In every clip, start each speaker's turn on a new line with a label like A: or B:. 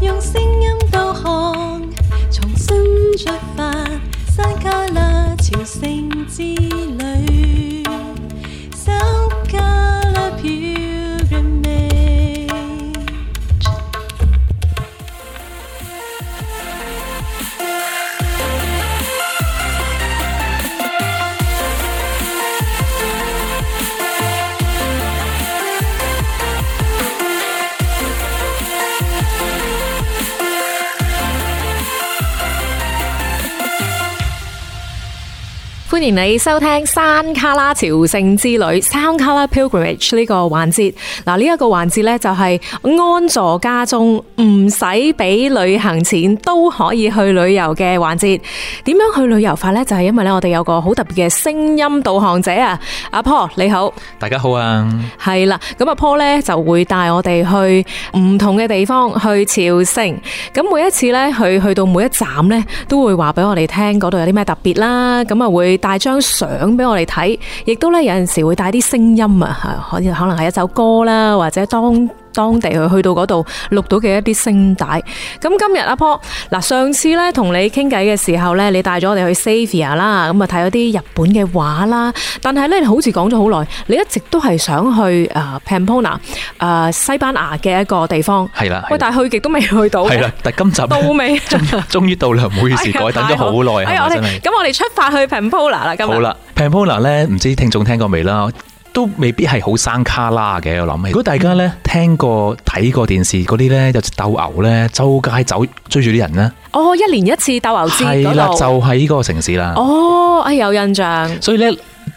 A: 用聲音導航，重新出發，山卡拉朝聖之旅。South Kala Pilgrimage
B: 歡迎你收聽山卡拉朝聖之旅 （Sound 卡拉 Pilgrimage） 呢個環節。嗱，呢一個環節呢，就係安坐家中，唔使俾旅行錢都可以去旅遊嘅環節。點樣去旅遊法呢？就係因為呢，我哋有個好特別嘅聲音導航者啊，阿 Paul 你好。
C: 大家好啊！
B: 係啦，咁阿 Paul 咧就會帶我哋去唔同嘅地方去朝聖。咁每一次咧，佢去到每一站咧，都會話俾我哋聽嗰度有啲咩特別啦。咁啊會帶張相俾我哋睇，亦都咧有陣時會帶啲聲音啊，嚇可以可能係一首歌啦，或者當。當地佢去到嗰度錄到嘅一啲聲帶。咁今日阿 Paul 嗱，上次咧同你傾偈嘅時候咧，你帶咗我哋去 Savia 啦，咁啊睇咗啲日本嘅畫啦。但係咧，你好似講咗好耐，你一直都係想去誒 Pamplona 誒西班牙嘅一個地方。
C: 係啦，
B: 喂，但係去極都未去到。
C: 係啦，但係今集
B: 到
C: 咧
B: 尾。
C: 終終於到啦，唔好意思，
B: 哎呀
C: 改等咗好耐，
B: 哎呀
C: 係
B: 我哋
C: 咪真係？
B: 咁我哋出發去 Pamplona 啦，今日。
C: 好啦，Pamplona
B: 啊
C: 咧，唔知聽眾聽過未啦？都未必係好生卡拉嘅，我諗起。如果大家咧聽過睇過電視嗰啲咧，有隻鬥牛咧，周街走追住啲人咧，
B: 哦，一年一次鬥牛節
C: 係啦，
B: 嗰
C: 就
B: 度。
C: 喺呢個城市啦。
B: 哦，哎有印象。
C: 所以咧。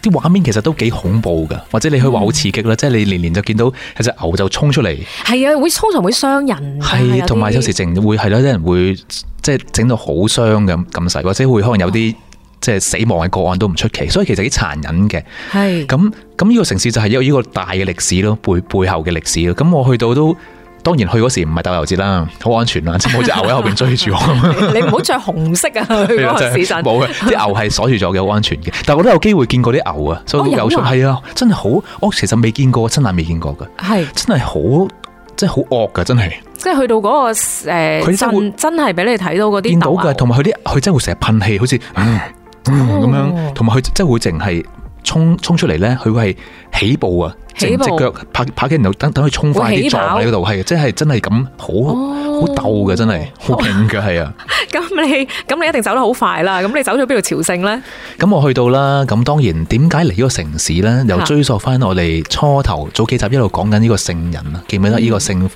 C: 啲畫面其實都幾恐怖噶，或者你可以
B: 嗯
C: 話好刺激啦，即係你年年就見到有隻牛就衝出嚟，
B: 係啊，會通常會傷人㗎。
C: 係
B: 啊啲
C: 同埋有時淨會係咯，有啲人會即係整到好傷咁咁細，或者會可能有啲即係死亡嘅個案都唔出奇，所以其實幾殘忍嘅。
B: 係
C: 咁咁呢個城市就係有呢個大嘅歷史咯，背背後嘅歷史咯。咁我去到都當然去嗰時唔係鬥牛節啦，好安全啦， 即係冇隻牛喺後邊追住我。啊
B: 你唔好着紅色 啊！去嗰個市鎮，
C: 冇嘅，啲牛係鎖住咗嘅，好安全嘅。但我都有機會見過啲牛啊，所以好有趣。
B: 哦
C: 係啊，真係好，我其實未見過，真係未見過嘅，
B: 係
C: 真係好，真係好惡㗎，真係。
B: 即係去到嗰個誒
C: 佢真係會
B: 鎮，真係俾你睇到嗰啲
C: 見到
B: 鬥啊哦牛
C: 嘅，同埋佢啲佢真係會成日噴氣，好似 嗯嗯咁樣，同埋佢真係會淨係衝衝出嚟咧，佢會係起步啊，
B: 起
C: 整
B: 步
C: 隻腳拍拍嘅人度，等等佢衝快
B: 會起
C: 啲
B: 跑
C: 撞喺嗰度，係真係真係咁好
B: 哦
C: 好鬥嘅，真係好勁嘅，係啊！
B: 咁你咁你一定走得好快啦！咁你走咗邊度朝聖咧？
C: 咁我去到啦，咁當然點解嚟呢個城市咧？又追溯翻我哋初頭早幾集一路講緊呢個聖人啊，記唔
B: 嗯
C: 記得呢個聖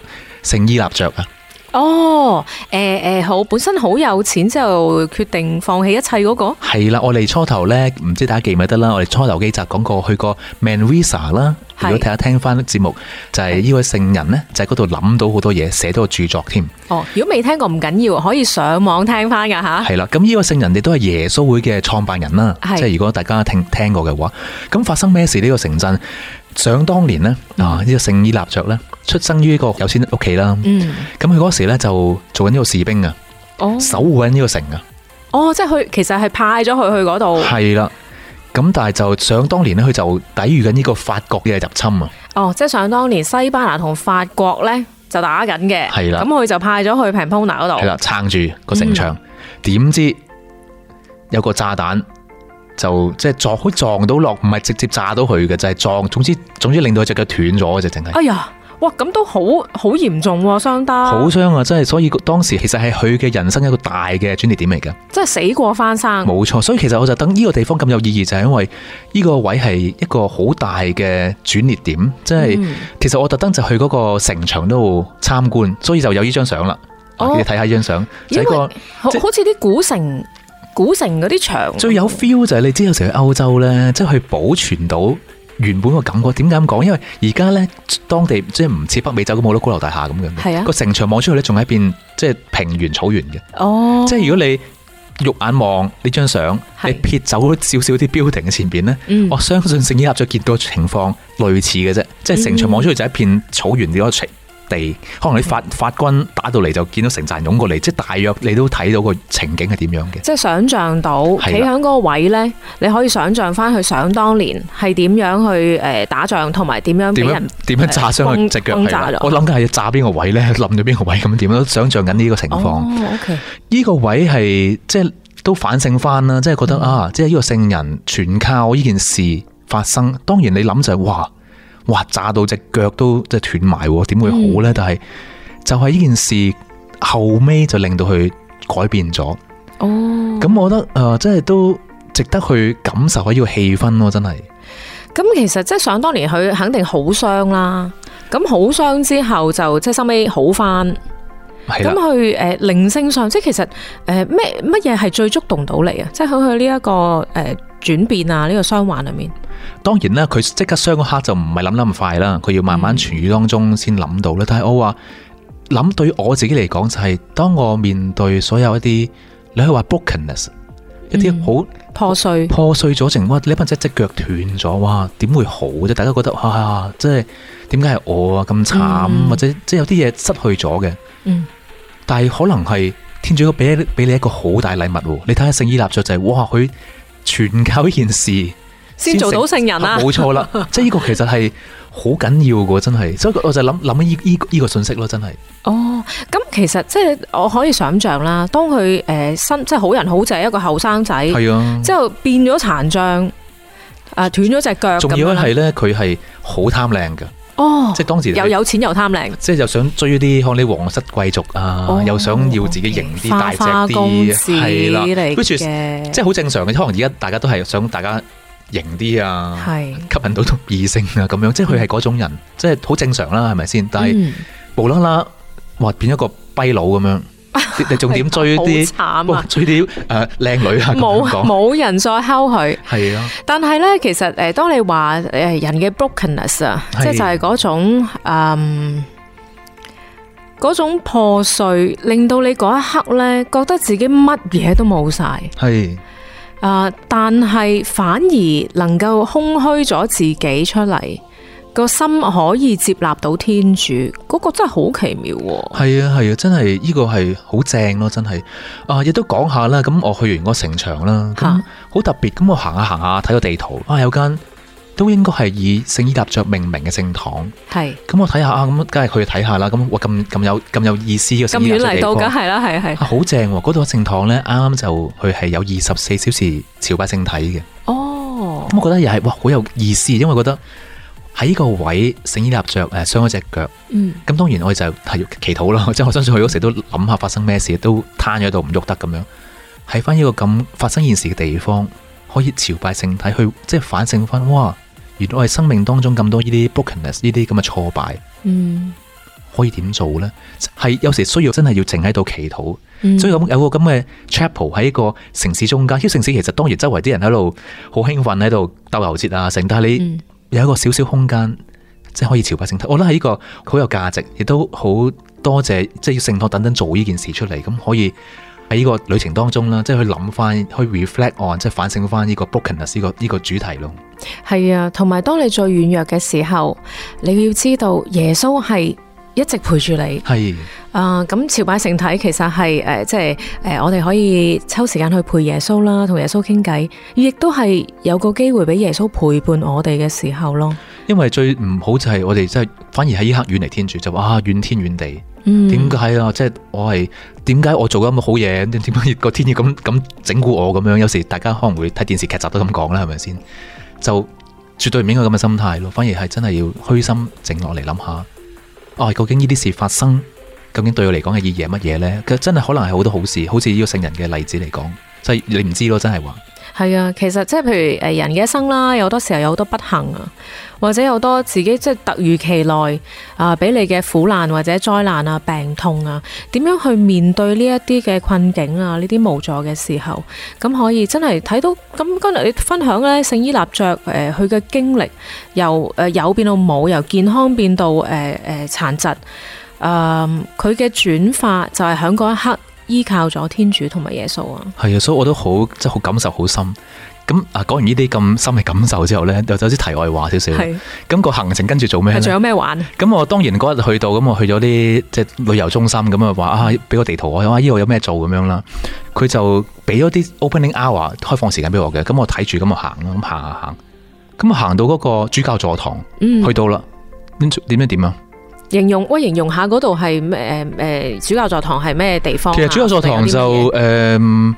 C: 聖伊納爵啊？
B: 哦，誒誒，好，本身好有錢之後決定放棄一切嗰個，
C: 係啦，我哋初頭呢，唔知大家記唔記得啦？我哋初頭幾集講過去過 Manresa 啦。
B: 係
C: 如果睇下聽翻節目，就係、呢位聖人呢，就喺嗰度諗到好多嘢，寫到個著作添。
B: 哦，如果未聽過唔緊要，可以上網聽翻噶吓。
C: 係啦，咁呢位聖人亦都係耶穌會嘅創辦人啦。
B: 啊係
C: 即係如果大家聽聽過嘅話，咁發生咩事呢、個城鎮？想當年呢，啊，呢、個聖依納爵呢，出生於一個有錢屋企啦。
B: 嗯，
C: 咁佢嗰時呢，就做緊呢個士兵啊，
B: 哦，
C: 守護緊呢個城啊。
B: 哦，即係佢其實係派咗佢去嗰度，
C: 係啦，咁但係就想當年呢，佢就抵禦緊呢個法國嘅入侵啊。
B: 哦，即係想當年西班牙同法國咧就打緊嘅，
C: 係啦
B: 咁佢就派咗去 Pamplona 嗰
C: 系
B: 度，
C: 啦，撐住個城
B: 嗯
C: 牆，點、知有個炸彈就即係撞，好似撞到落，唔係直接炸到佢嘅，就係、撞。總之總之令到佢隻腳斷咗嘅，就淨係
B: 哎呀，哇，咁都好好嚴重喎、相當
C: 好傷啊！真係，所以當時其實係佢嘅人生一個大嘅轉捩點嚟嘅，
B: 即係死過翻生。
C: 冇錯。所以其實我就等呢個地方咁有意義，就係、因為呢個位係一個好大嘅轉捩點，即係、
B: 嗯
C: 其實我特登就去嗰個城牆度參觀，所以就有呢張相啦。啊
B: 哦
C: 你睇下呢張相，就係一
B: 因
C: 個
B: 為。好
C: 即
B: 好似啲古城、古城嗰啲牆，
C: 嗯最有 feel 就係你知有時去歐洲呢，即係去保存到原本個感覺。點解咁講？因為而家呢，當地即係唔似北美洲咁好多高樓大廈咁樣
B: 係啊
C: 嘅，個城牆望出去呢，仲係一邊即係平原草原嘅。
B: 哦，
C: 即係如果你肉眼望呢張相，
B: 係
C: 你撇走咗少少啲 building 嘅前邊呢，
B: 嗯
C: 我相信聖伊納爵見到嘅情況類似嘅啫，即係城牆望出去就係一片草原嘅一個情地，可能
B: 嗯
C: 你法法軍打到嚟就見到成扎人湧過嚟，即係大約你都睇到個情景係點樣嘅。
B: 即係想像到
C: 啦
B: 企喺嗰個位呢，你可以想像翻佢想當年係點樣去誒打仗，同埋點樣俾
C: 點樣
B: 人啊
C: 點樣炸傷佢只腳？
B: 轟轟
C: 係
B: 炸
C: 啦
B: 咗
C: 我諗緊係炸邊個位咧， 冧咗邊個位咁點樣？想像緊呢個情況。
B: 哦，OK，
C: 呢個位係即係都反省翻啦，即係覺
B: 嗯
C: 得啊，即係呢個聖人全靠呢件事發生。當然你諗就係、哇哇炸到只腳都即係斷埋喎，點會好
B: 嗯
C: 呢？但係就係呢件事後尾就令到佢改變咗。
B: 哦，
C: 咁我覺得誒、呃即係都值得去感受下呢個氣氛咯，真係。
B: 咁其實即係想當年佢肯定好傷啦，咁好傷之後就即係收尾好翻，
C: 係
B: 咁
C: 啦，
B: 佢誒靈性上即係其實誒咩乜嘢係最觸動到你啊？即係喺佢呢一個誒、呃、轉變啊，呢、個傷患裏面，
C: 當然啦，佢即刻傷嗰刻就唔係諗得咁快啦，佢要慢
B: 嗯
C: 慢痊愈當中先諗到啦。但係我話諗對我自己嚟講就係、當我面對所有一啲你可以話 brokenness，一
B: 嗯
C: 啲好
B: 破碎，
C: 破碎咗成哇，你乜只只腳斷咗哇，點會好啫？大家覺得啊，即係點解係我啊咁慘，
B: 嗯
C: 或者即係有啲嘢失去咗嘅。
B: 嗯，
C: 但係可能係天主俾俾你一個好大禮物喎。你睇下聖依納爵就係、哇，佢全靠呢件事
B: 先做到聖人啊
C: 冇錯 啦，即係呢個其實係好緊要噶，真係。所以我就諗諗呢呢呢個信息咯，真係。
B: 哦，咁其實即係我可以想像啦，當佢誒新即係好人好仔一個後生仔，
C: 係啊，
B: 之後變咗殘障，啊斷咗隻腳咁
C: 仲
B: 樣
C: 要
B: 啦
C: 係咧，佢係好貪靚噶，
B: 哦，
C: 即係當時
B: 又有錢又貪靚，
C: 即係又想追啲可能啲皇室貴族啊，
B: 哦
C: 又想要自己型啲、
B: 花
C: 大隻
B: 花公
C: 啲，
B: 子
C: 係啦
B: 嚟
C: ，which is
B: 嘅，
C: 即係好正常嘅。可能而家大家都係想大家型啲啊，
B: 係
C: 吸引到異性啊咁樣，即係佢係嗰種人，即係好正常啦，係咪先？但係
B: 嗯
C: 無啦啦，哇變咗個跛佬咁樣，你你仲點追啲？
B: 好慘
C: 哇
B: 啊！
C: 追啲誒靚女啊，咁
B: 冇
C: 樣講
B: 冇人再溝佢，
C: 係啊，
B: 但係咧，其實誒、呃，當你話誒、呃人嘅 brokenness 啊，
C: 係
B: 即係就係嗰種嗯嗰種破碎，令到你嗰一刻咧，覺得自己乜嘢都冇晒
C: 係
B: 啊，但係反而能夠空虛咗自己出嚟，個心可以接納到天主，嗰、個真係好奇妙喎、
C: 係啊係啊，真係呢個係好正咯，真係啊！亦都講下啦，咁我去完嗰個城牆啦，咁
B: 嚇
C: 好特別，咁我行下行下睇個地圖，啊有間都應該係以聖依納爵命名嘅聖堂，
B: 係
C: 咁我睇下啊，咁梗係去睇下啦，咁我咁咁有咁有意思嘅
B: 咁
C: 聖依
B: 遠
C: 納爵
B: 嚟
C: 地
B: 到，
C: 方
B: 梗係啦，係係
C: 啊，好正喎！嗰度嘅聖堂咧，啱啱就佢係有二十四小時朝拜聖體嘅。
B: 哦，
C: 咁我覺得又係哇，好有意思，因為覺得喺呢個位聖依納爵誒傷咗只腳，
B: 嗯
C: 咁當然我哋就係祈禱 啦。即係我相信佢嗰時都諗下發生咩事，都攤咗喺度唔喐得咁樣。喺翻呢個咁發生件事嘅地方，可以朝拜聖體，去即係反省翻，哇！原來我哋生命當中咁多呢啲 brokenness，呢啲咁嘅挫敗，
B: 嗯，
C: 可以點做呢？係有時需要真係要靜喺度祈禱。
B: 嗯
C: 所以咁有個咁嘅 chapel 喺一個城市中間，呢個城市其實當然周圍啲人喺度好興奮喺度鬥牛節啊成，但係你
B: 嗯
C: 有一個少少空間，即係可以朝拜聖體。我覺得係呢個好有價值，亦都好多謝即係聖堂等等做呢件事出嚟，咁可以喺呢個旅程當中啦，即係去諗翻，去 reflect on，即係反省翻呢個 brokenness 呢個呢個主題咯。
B: 係啊，同埋當你最軟弱嘅時候，你要知道耶穌係一直陪住你。
C: 係
B: 啊，咁朝拜聖體其實係誒、呃即係誒、呃我哋可以抽時間去陪耶穌啦，同耶穌傾偈，亦都係有個機會俾耶穌陪伴我哋嘅時候咯。
C: 因為最唔好就係我哋真係反而喺呢刻遠離天主，就話啊怨天怨地。
B: 嗯，
C: 點解啊？即係我係點解我做咗咁嘅好嘢？點解個天要咁咁整蠱我咁樣？有時大家可能會睇電視劇集都咁講啦，係咪先？就絕對唔應該咁嘅心態咯，反而係真係要虛心靜落嚟諗下，啊，究竟呢啲事發生，究竟對我嚟講嘅意義係乜嘢呢？佢真係可能係好多好事，好似呢個聖人嘅例子嚟講，就係你唔知咯，真係話
B: 係啊，其實即係譬如誒人嘅一生啦，有好多時候有好多不幸啊，或者有好多自己即係突如其來啊，俾你嘅苦難或者災難啊、病痛啊，點樣去面對呢一啲嘅困境啊、呢啲無助嘅時候，咁可以真係睇到咁今日你分享咧聖依納爵誒佢嘅經歷，由誒有變到冇，由健康變到誒誒殘疾，誒佢嘅轉化就係喺嗰一刻依靠咗天主同埋耶穌啊，
C: 係啊，所以我都好即係好感受好深。咁啊，講完呢啲咁深嘅感受之後咧，又走啲題外話少少。
B: 係
C: 咁個行程跟住做咩
B: 係仲
C: 咧
B: 有？咩玩？
C: 咁我當然嗰日去到，咁我去咗啲即係旅遊中心，咁啊話啊，俾個地圖我，啊呢度有咩做咁樣啦。佢就俾咗啲 opening hour 開放時間俾我嘅，咁我睇住咁我啊行啦，咁行下行，咁我行到嗰個主教座堂，
B: 嗯
C: 去，到啦，點點樣點啊？
B: 形容喂，形容下嗰度係咩？诶诶，主教座堂係咩地方啊？
C: 其實主教座堂就
B: 有啲乜嘢
C: 诶、嗯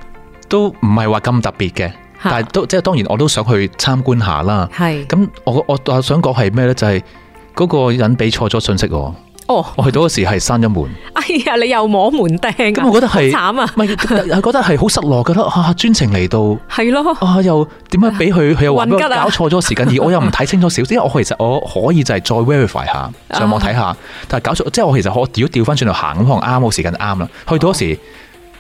C: 都唔係話咁特別嘅，
B: 嚇
C: 但係都即係當然我都想去參觀下啦。
B: 係
C: 咁我我我想講係咩咧？就係嗰個人俾錯咗信息我，
B: 哦，
C: 我去到嗰時係閂咗門，
B: 哎呀，你又摸門釘
C: 咁我覺得係。
B: 啊，慘啊，
C: 唔係， 係覺得係好失落，覺得啊專程嚟到
B: 係咯，
C: 啊又點解俾佢佢又話俾我
B: 混吉啊
C: 搞錯咗時間，而我又唔睇清楚少少，因為我其實我可以就係再 verify 下，上網睇下，但係搞錯，即係我其實我如果調翻轉頭行咁，可能啱我時間啱啦，去到嗰時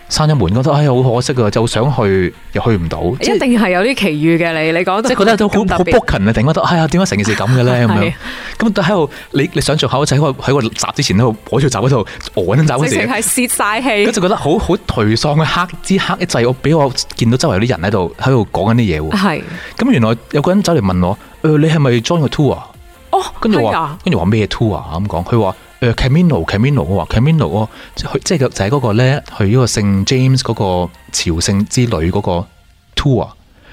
C: 閂咗門，覺得哎呀好可惜啊，就想去又去唔到，即
B: 一
C: 係
B: 定係有啲奇遇嘅你，你講
C: 即係覺得都好
B: 咁特
C: 好
B: 別
C: broken 啊，定覺得哎呀點解成件事咁嘅 咧咁
B: 係
C: 樣，咁但喺度你你想象下，我就喺個喺個閘之前喺度我條閘嗰度我緊 閘嗰
B: 直
C: 時
B: 情。係泄晒氣
C: 跟。住覺得好好頹喪嘅黑之黑一滯，我俾我見到周圍有啲人喺度喺度講緊啲嘢 喎。
B: 係
C: 咁原來有個人走嚟問我：，誒、你係咪 join 個 tour 啊？
B: 哦，
C: 跟住
B: 係
C: 話
B: 啊，
C: 跟住話咩 tour 啊？咁講，佢話誒 Camino Camino，我話 Camino 哦，即係去即係就係嗰個咧去呢個聖 James 嗰個朝聖之旅嗰個 tour。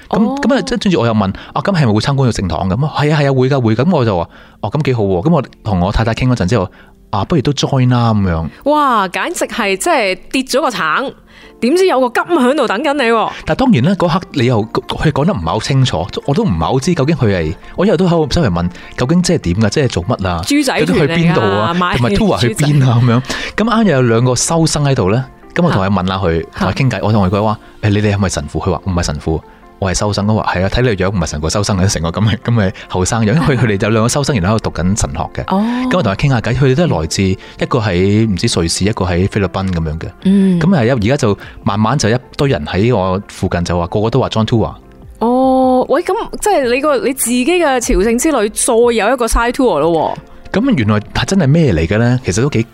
C: 咁
B: 哦
C: 咁啊，即係跟住我又問啊，咁係咪會參觀到聖堂咁啊？係啊係啊，會㗎會㗎。咁我就話哦，咁幾好喎。咁我同我太太傾嗰陣之後，啊，不如都 join 啦咁樣。
B: 哇，簡直係即係跌咗個橙，點知有個金喺度等緊你喎。
C: 但當然啦，嗰刻你又佢講得唔係好清楚，我都唔係好知究竟佢係，我一日都喺度周圍問究竟即係點㗎，即係做乜啊？
B: 豬仔
C: 究竟去
B: 團嚟
C: 邊度啊？
B: 㗎買
C: 同埋 tour
B: 豬
C: 去
B: 仔
C: 邊啊？咁樣咁啱又有兩個修生喺度咧，咁我同佢問下佢，
B: 嚇
C: 同佢傾偈，我同佢講話：誒，你哋係咪神父？佢話唔係神父。我係修生，我話係啊，睇你個樣唔係神父修生嘅，成個咁嘅咁嘅後生樣，因為佢哋有兩個修生，然後喺度讀緊神學嘅。
B: 哦，
C: 咁我同佢傾下偈，佢哋都係來自一個喺唔知瑞士，一個喺菲律賓咁樣嘅。
B: 嗯，
C: 咁係一而家就慢慢就一堆人喺我附近就話個個都話 John Tour，
B: 哦，喂，咁即係你個你自己嘅朝聖之旅，再有一個 side tour 咯
C: 咁啊原來係真係咩嚟嘅咧？其實都幾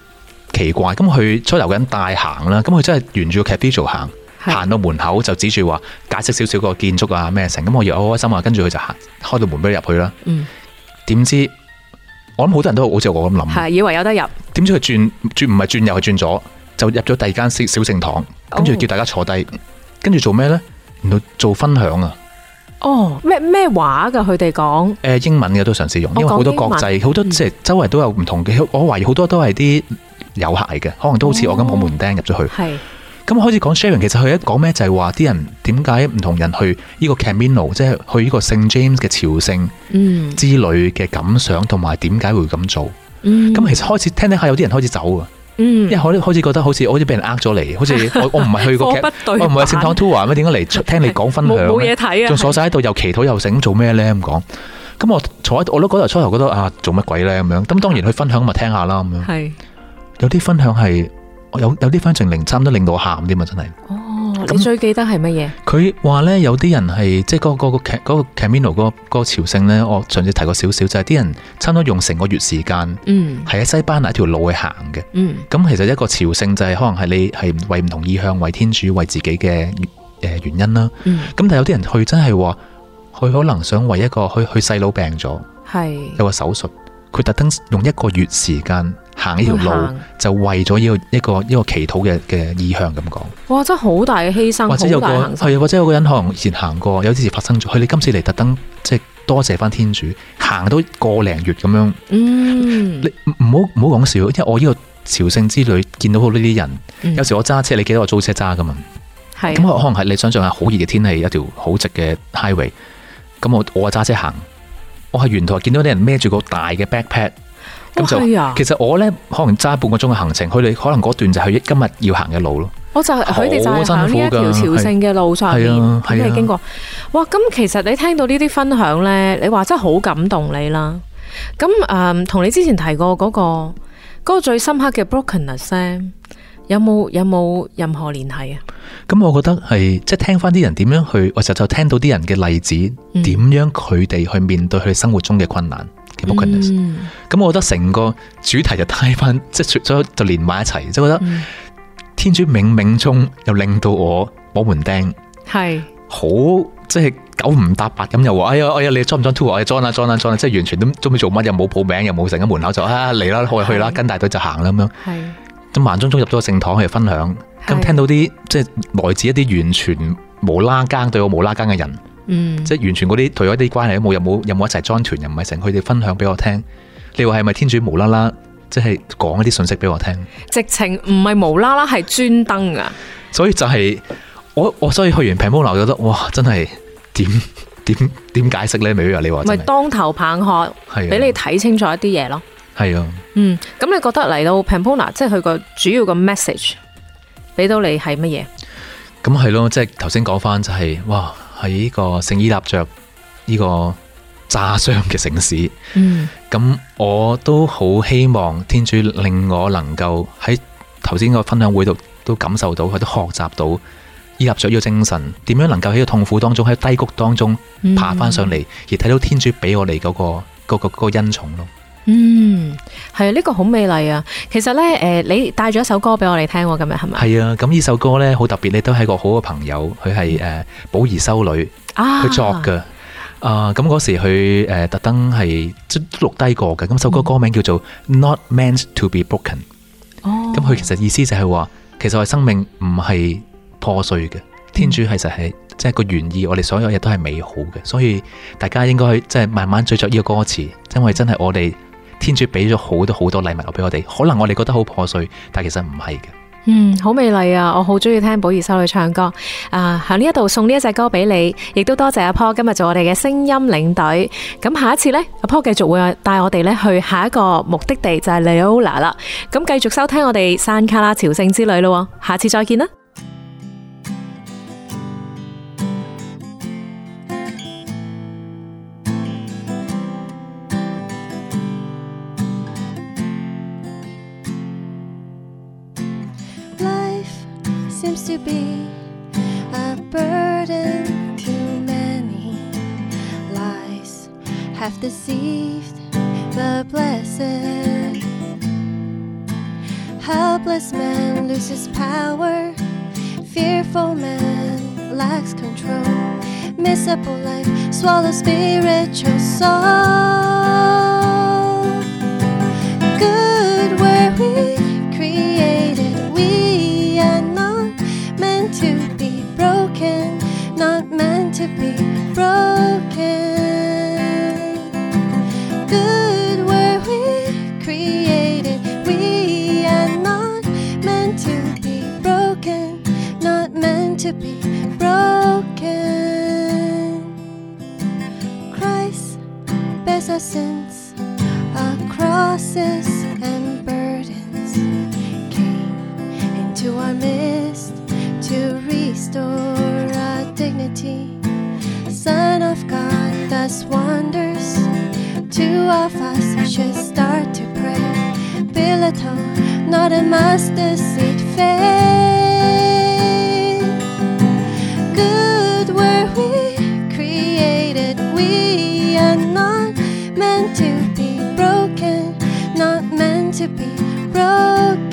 C: 奇怪。咁佢初頭嗰人帶行啦，咁佢真係沿住個 cathedral 行，
B: 係
C: 行到門口就指住話解釋少少個建築啊咩成。咁我以為好開心啊，跟住佢就行開到門俾你入去啦。
B: 嗯
C: 點知我諗好多人都好似我咁
B: 喎，
C: 諗，
B: 係以為有得入，
C: 點知佢轉轉唔係轉右，係轉左，就入咗第二間小小聖堂，跟住
B: 哦
C: 叫大家坐低，跟住做咩咧？原來做分享啊！
B: 哦，咩咩話㗎？佢哋講
C: 誒、英文嘅都嘗試用，
B: 哦
C: 因為好多
B: 講英文嗯
C: 國際好多即係周圍都有唔同嘅，我懷疑好多都係啲遊客嚟嘅，可能都好似我咁
B: 哦
C: 好門釘入咗去。
B: 係
C: 咁開始講 sharing，其實佢一講咩就係話啲人點解唔同人去呢個 Camino，即係去呢個聖 James 嘅朝聖
B: 嗯
C: 之旅嘅感想，同埋點解會咁做。咁、
B: 嗯
C: 其實開始聽聽下有啲人開始走啊，因
B: 嗯
C: 為開開始覺得好似我好似俾人呃咗嚟，好似我我唔係去過
B: 貨
C: Cam-
B: 不對
C: 我唔係去聖
B: 版
C: 堂 tour 啊咩？點解嚟聽你講分享
B: 冇冇
C: 呢
B: 嘢睇
C: 仲
B: 啊，
C: 坐晒喺度，又祈禱又醒，做咩咧咁講？咁我坐喺度，我都嗰頭初頭覺得啊，做乜鬼咧咁樣？咁當然佢分享咪聽下啦咁樣。
B: 係
C: 有啲分享係有有啲分享令差唔多令到我喊添啊！真係。
B: 哦，你
C: 咁
B: 最記得係乜嘢？
C: 佢話咧，有啲人係即係嗰、嗰個嗰、嗰個 Camino 嗰、個嗰個朝聖咧，我上次提過少少，就係、啲人差唔多用成個月時間
B: 嗯
C: 係喺西班牙一條路去行嘅。
B: 嗯。
C: 咁其實一個朝聖就係可能係你係為唔同意向、為天主、為自己嘅誒原因啦。
B: 嗯，
C: 咁但係有啲人去真係話，佢可能想為一個佢佢細佬病咗，
B: 嗯系
C: 有個手術，佢特登用一個月時間行呢條
B: 去
C: 路
B: 行，
C: 就為咗呢個一個一個祈禱嘅嘅意向咁講，
B: 哇，真係好大嘅犧牲，
C: 或者有
B: 好
C: 個
B: 大嘅行
C: 係啊或者有個人可能以前行過，有啲事發生咗，佢哋今次嚟特登即係多謝翻天主，行到個零月咁樣，
B: 嗯
C: 你，唔唔好唔好講笑，因為我呢個朝聖之旅見到好呢啲人，
B: 嗯
C: 有時我揸車，你記得我租車揸噶嘛？
B: 係
C: 咁我可能係你想象下好熱嘅天氣，一條好直嘅 highway，咁我我啊揸車行，我係沿途見到啲人孭住個大嘅 backpack，咁就、
B: 哇係啊
C: 其實我呢，可能揸半個鐘嘅行程，佢哋可能嗰段就係今日要行嘅路咯。
B: 我就係佢哋就係
C: 好
B: 喺呢
C: 辛苦
B: 一條
C: 㗎
B: 朝聖嘅路上面，
C: 係啊係啊
B: 咁你經過，哇！咁其實你聽到呢啲分享呢，你話真係好感動你啦。咁誒，嗯同、你之前提過嗰、個嗰、個最深刻嘅 brokenness 呢，有冇有冇任何聯繫啊？
C: 咁我覺得係即係聽翻啲人點樣去，我就就聽到啲人嘅例子，
B: 嗯
C: 點、啊樣佢哋去面對佢哋生活中嘅困難嘅 brokenness。
B: 嗯
C: 咁、我覺得成個主題就帶翻，即係所有就連埋一齊，即係覺得
B: 嗯
C: 天主冥冥中又令到我摸門釘。
B: 係
C: 好即係九唔搭八咁又話，哎呀哎呀，你 join 唔 join tour？我 join 啦 join 啦 join 啦，即係完全都都唔知做乜，又冇報名，又冇成喺門口就啊嚟啦，去去啦，
B: 係
C: 跟大隊就行啦咁樣。
B: 係
C: 咁盲中中入咗個聖堂去分享，咁
B: 係
C: 聽到啲即係來自一啲完全無啦更對我無啦更嘅人，
B: 嗯，
C: 即係完全嗰啲同我一啲關係都冇，又冇又冇一齊 join 團，又唔係成，佢哋分享俾我聽。你話係咪天主無啦啦，即係講一啲信息俾我聽？
B: 直情唔係無啦啦係專登啊噶，
C: 所以就係、我我所以去完 p a m o l a 覺得哇，真係點點點解釋咧？美啊，你話
B: 咪
C: 真係
B: 當頭棒喝，
C: 係啊
B: 俾你睇清楚一啲嘢咯。
C: 係啊，
B: 嗯，咁你覺得嚟到 Pampona，即係佢個主要個 message 俾到你係乜嘢？
C: 咁係咯，即係頭先講翻就係、哇，喺呢個聖伊納爵呢個炸傷嘅城市。
B: 嗯
C: 咁我都好希望天主令我能夠喺頭先個分享會度都感受到，佢都學習到依納爵呢個精神，點樣能夠喺個痛苦當中，喺低谷當中嗯爬翻上
B: 嗯
C: 嚟，而睇到天主俾我哋嗰、個嗰、個嗰個恩寵咯。
B: 嗯，係啊，呢個好美麗啊！其實呢，诶，你帶咗一首歌俾我哋聽喎，今日係咪？
C: 係啊，咁呢首歌呢，好特別，你都係個好嘅朋友，佢係誒寶兒修女，
B: 啊，
C: 佢作嘅。啊，咁嗰時佢誒、呃特登係即都錄低過嘅，咁
B: 嗯
C: 首歌歌名叫做《Not Meant to Be Broken》。
B: 哦，
C: 咁佢其實意思就係話，其實我哋生命唔係破碎嘅，天
B: 嗯
C: 主其實係即係個原意，我哋所有嘢都係美好嘅，所以大家應該去即係慢慢咀嚼呢個歌詞，因為真係我哋天主俾咗好多好多禮物俾我哋，可能我哋覺得好破碎，但其實唔係嘅。
B: 嗯，好美麗啊！我好中意聽寶儀修女唱歌啊！喺呢一度送呢一隻歌俾你，亦都多謝阿 Paul 今日做我哋嘅聲音領隊。咁下一次呢，阿 Paul 繼續會帶我哋呢去下一個目的地就係 Leola 啦。咁繼續收聽我哋山卡拉朝聖之旅咯喎，下次再見啦！
D: Life seems to be a burden to many. Lies have deceived the blessed. Helpless man loses power. Fearful man lacks control. Miserable life swallows spiritual soul good were we created. We are not meant to be broken, not meant to be broken. Good were we created. We are not meant to be broken, not meant to be broken. Christ bears our sins our crosses and burdens came into our midst to restore our dignity. Son of God does wonders. Two of us should start to pray. Build a tower, not a master seed faith good were we created. We are not meant to be broken, not meant to be broken.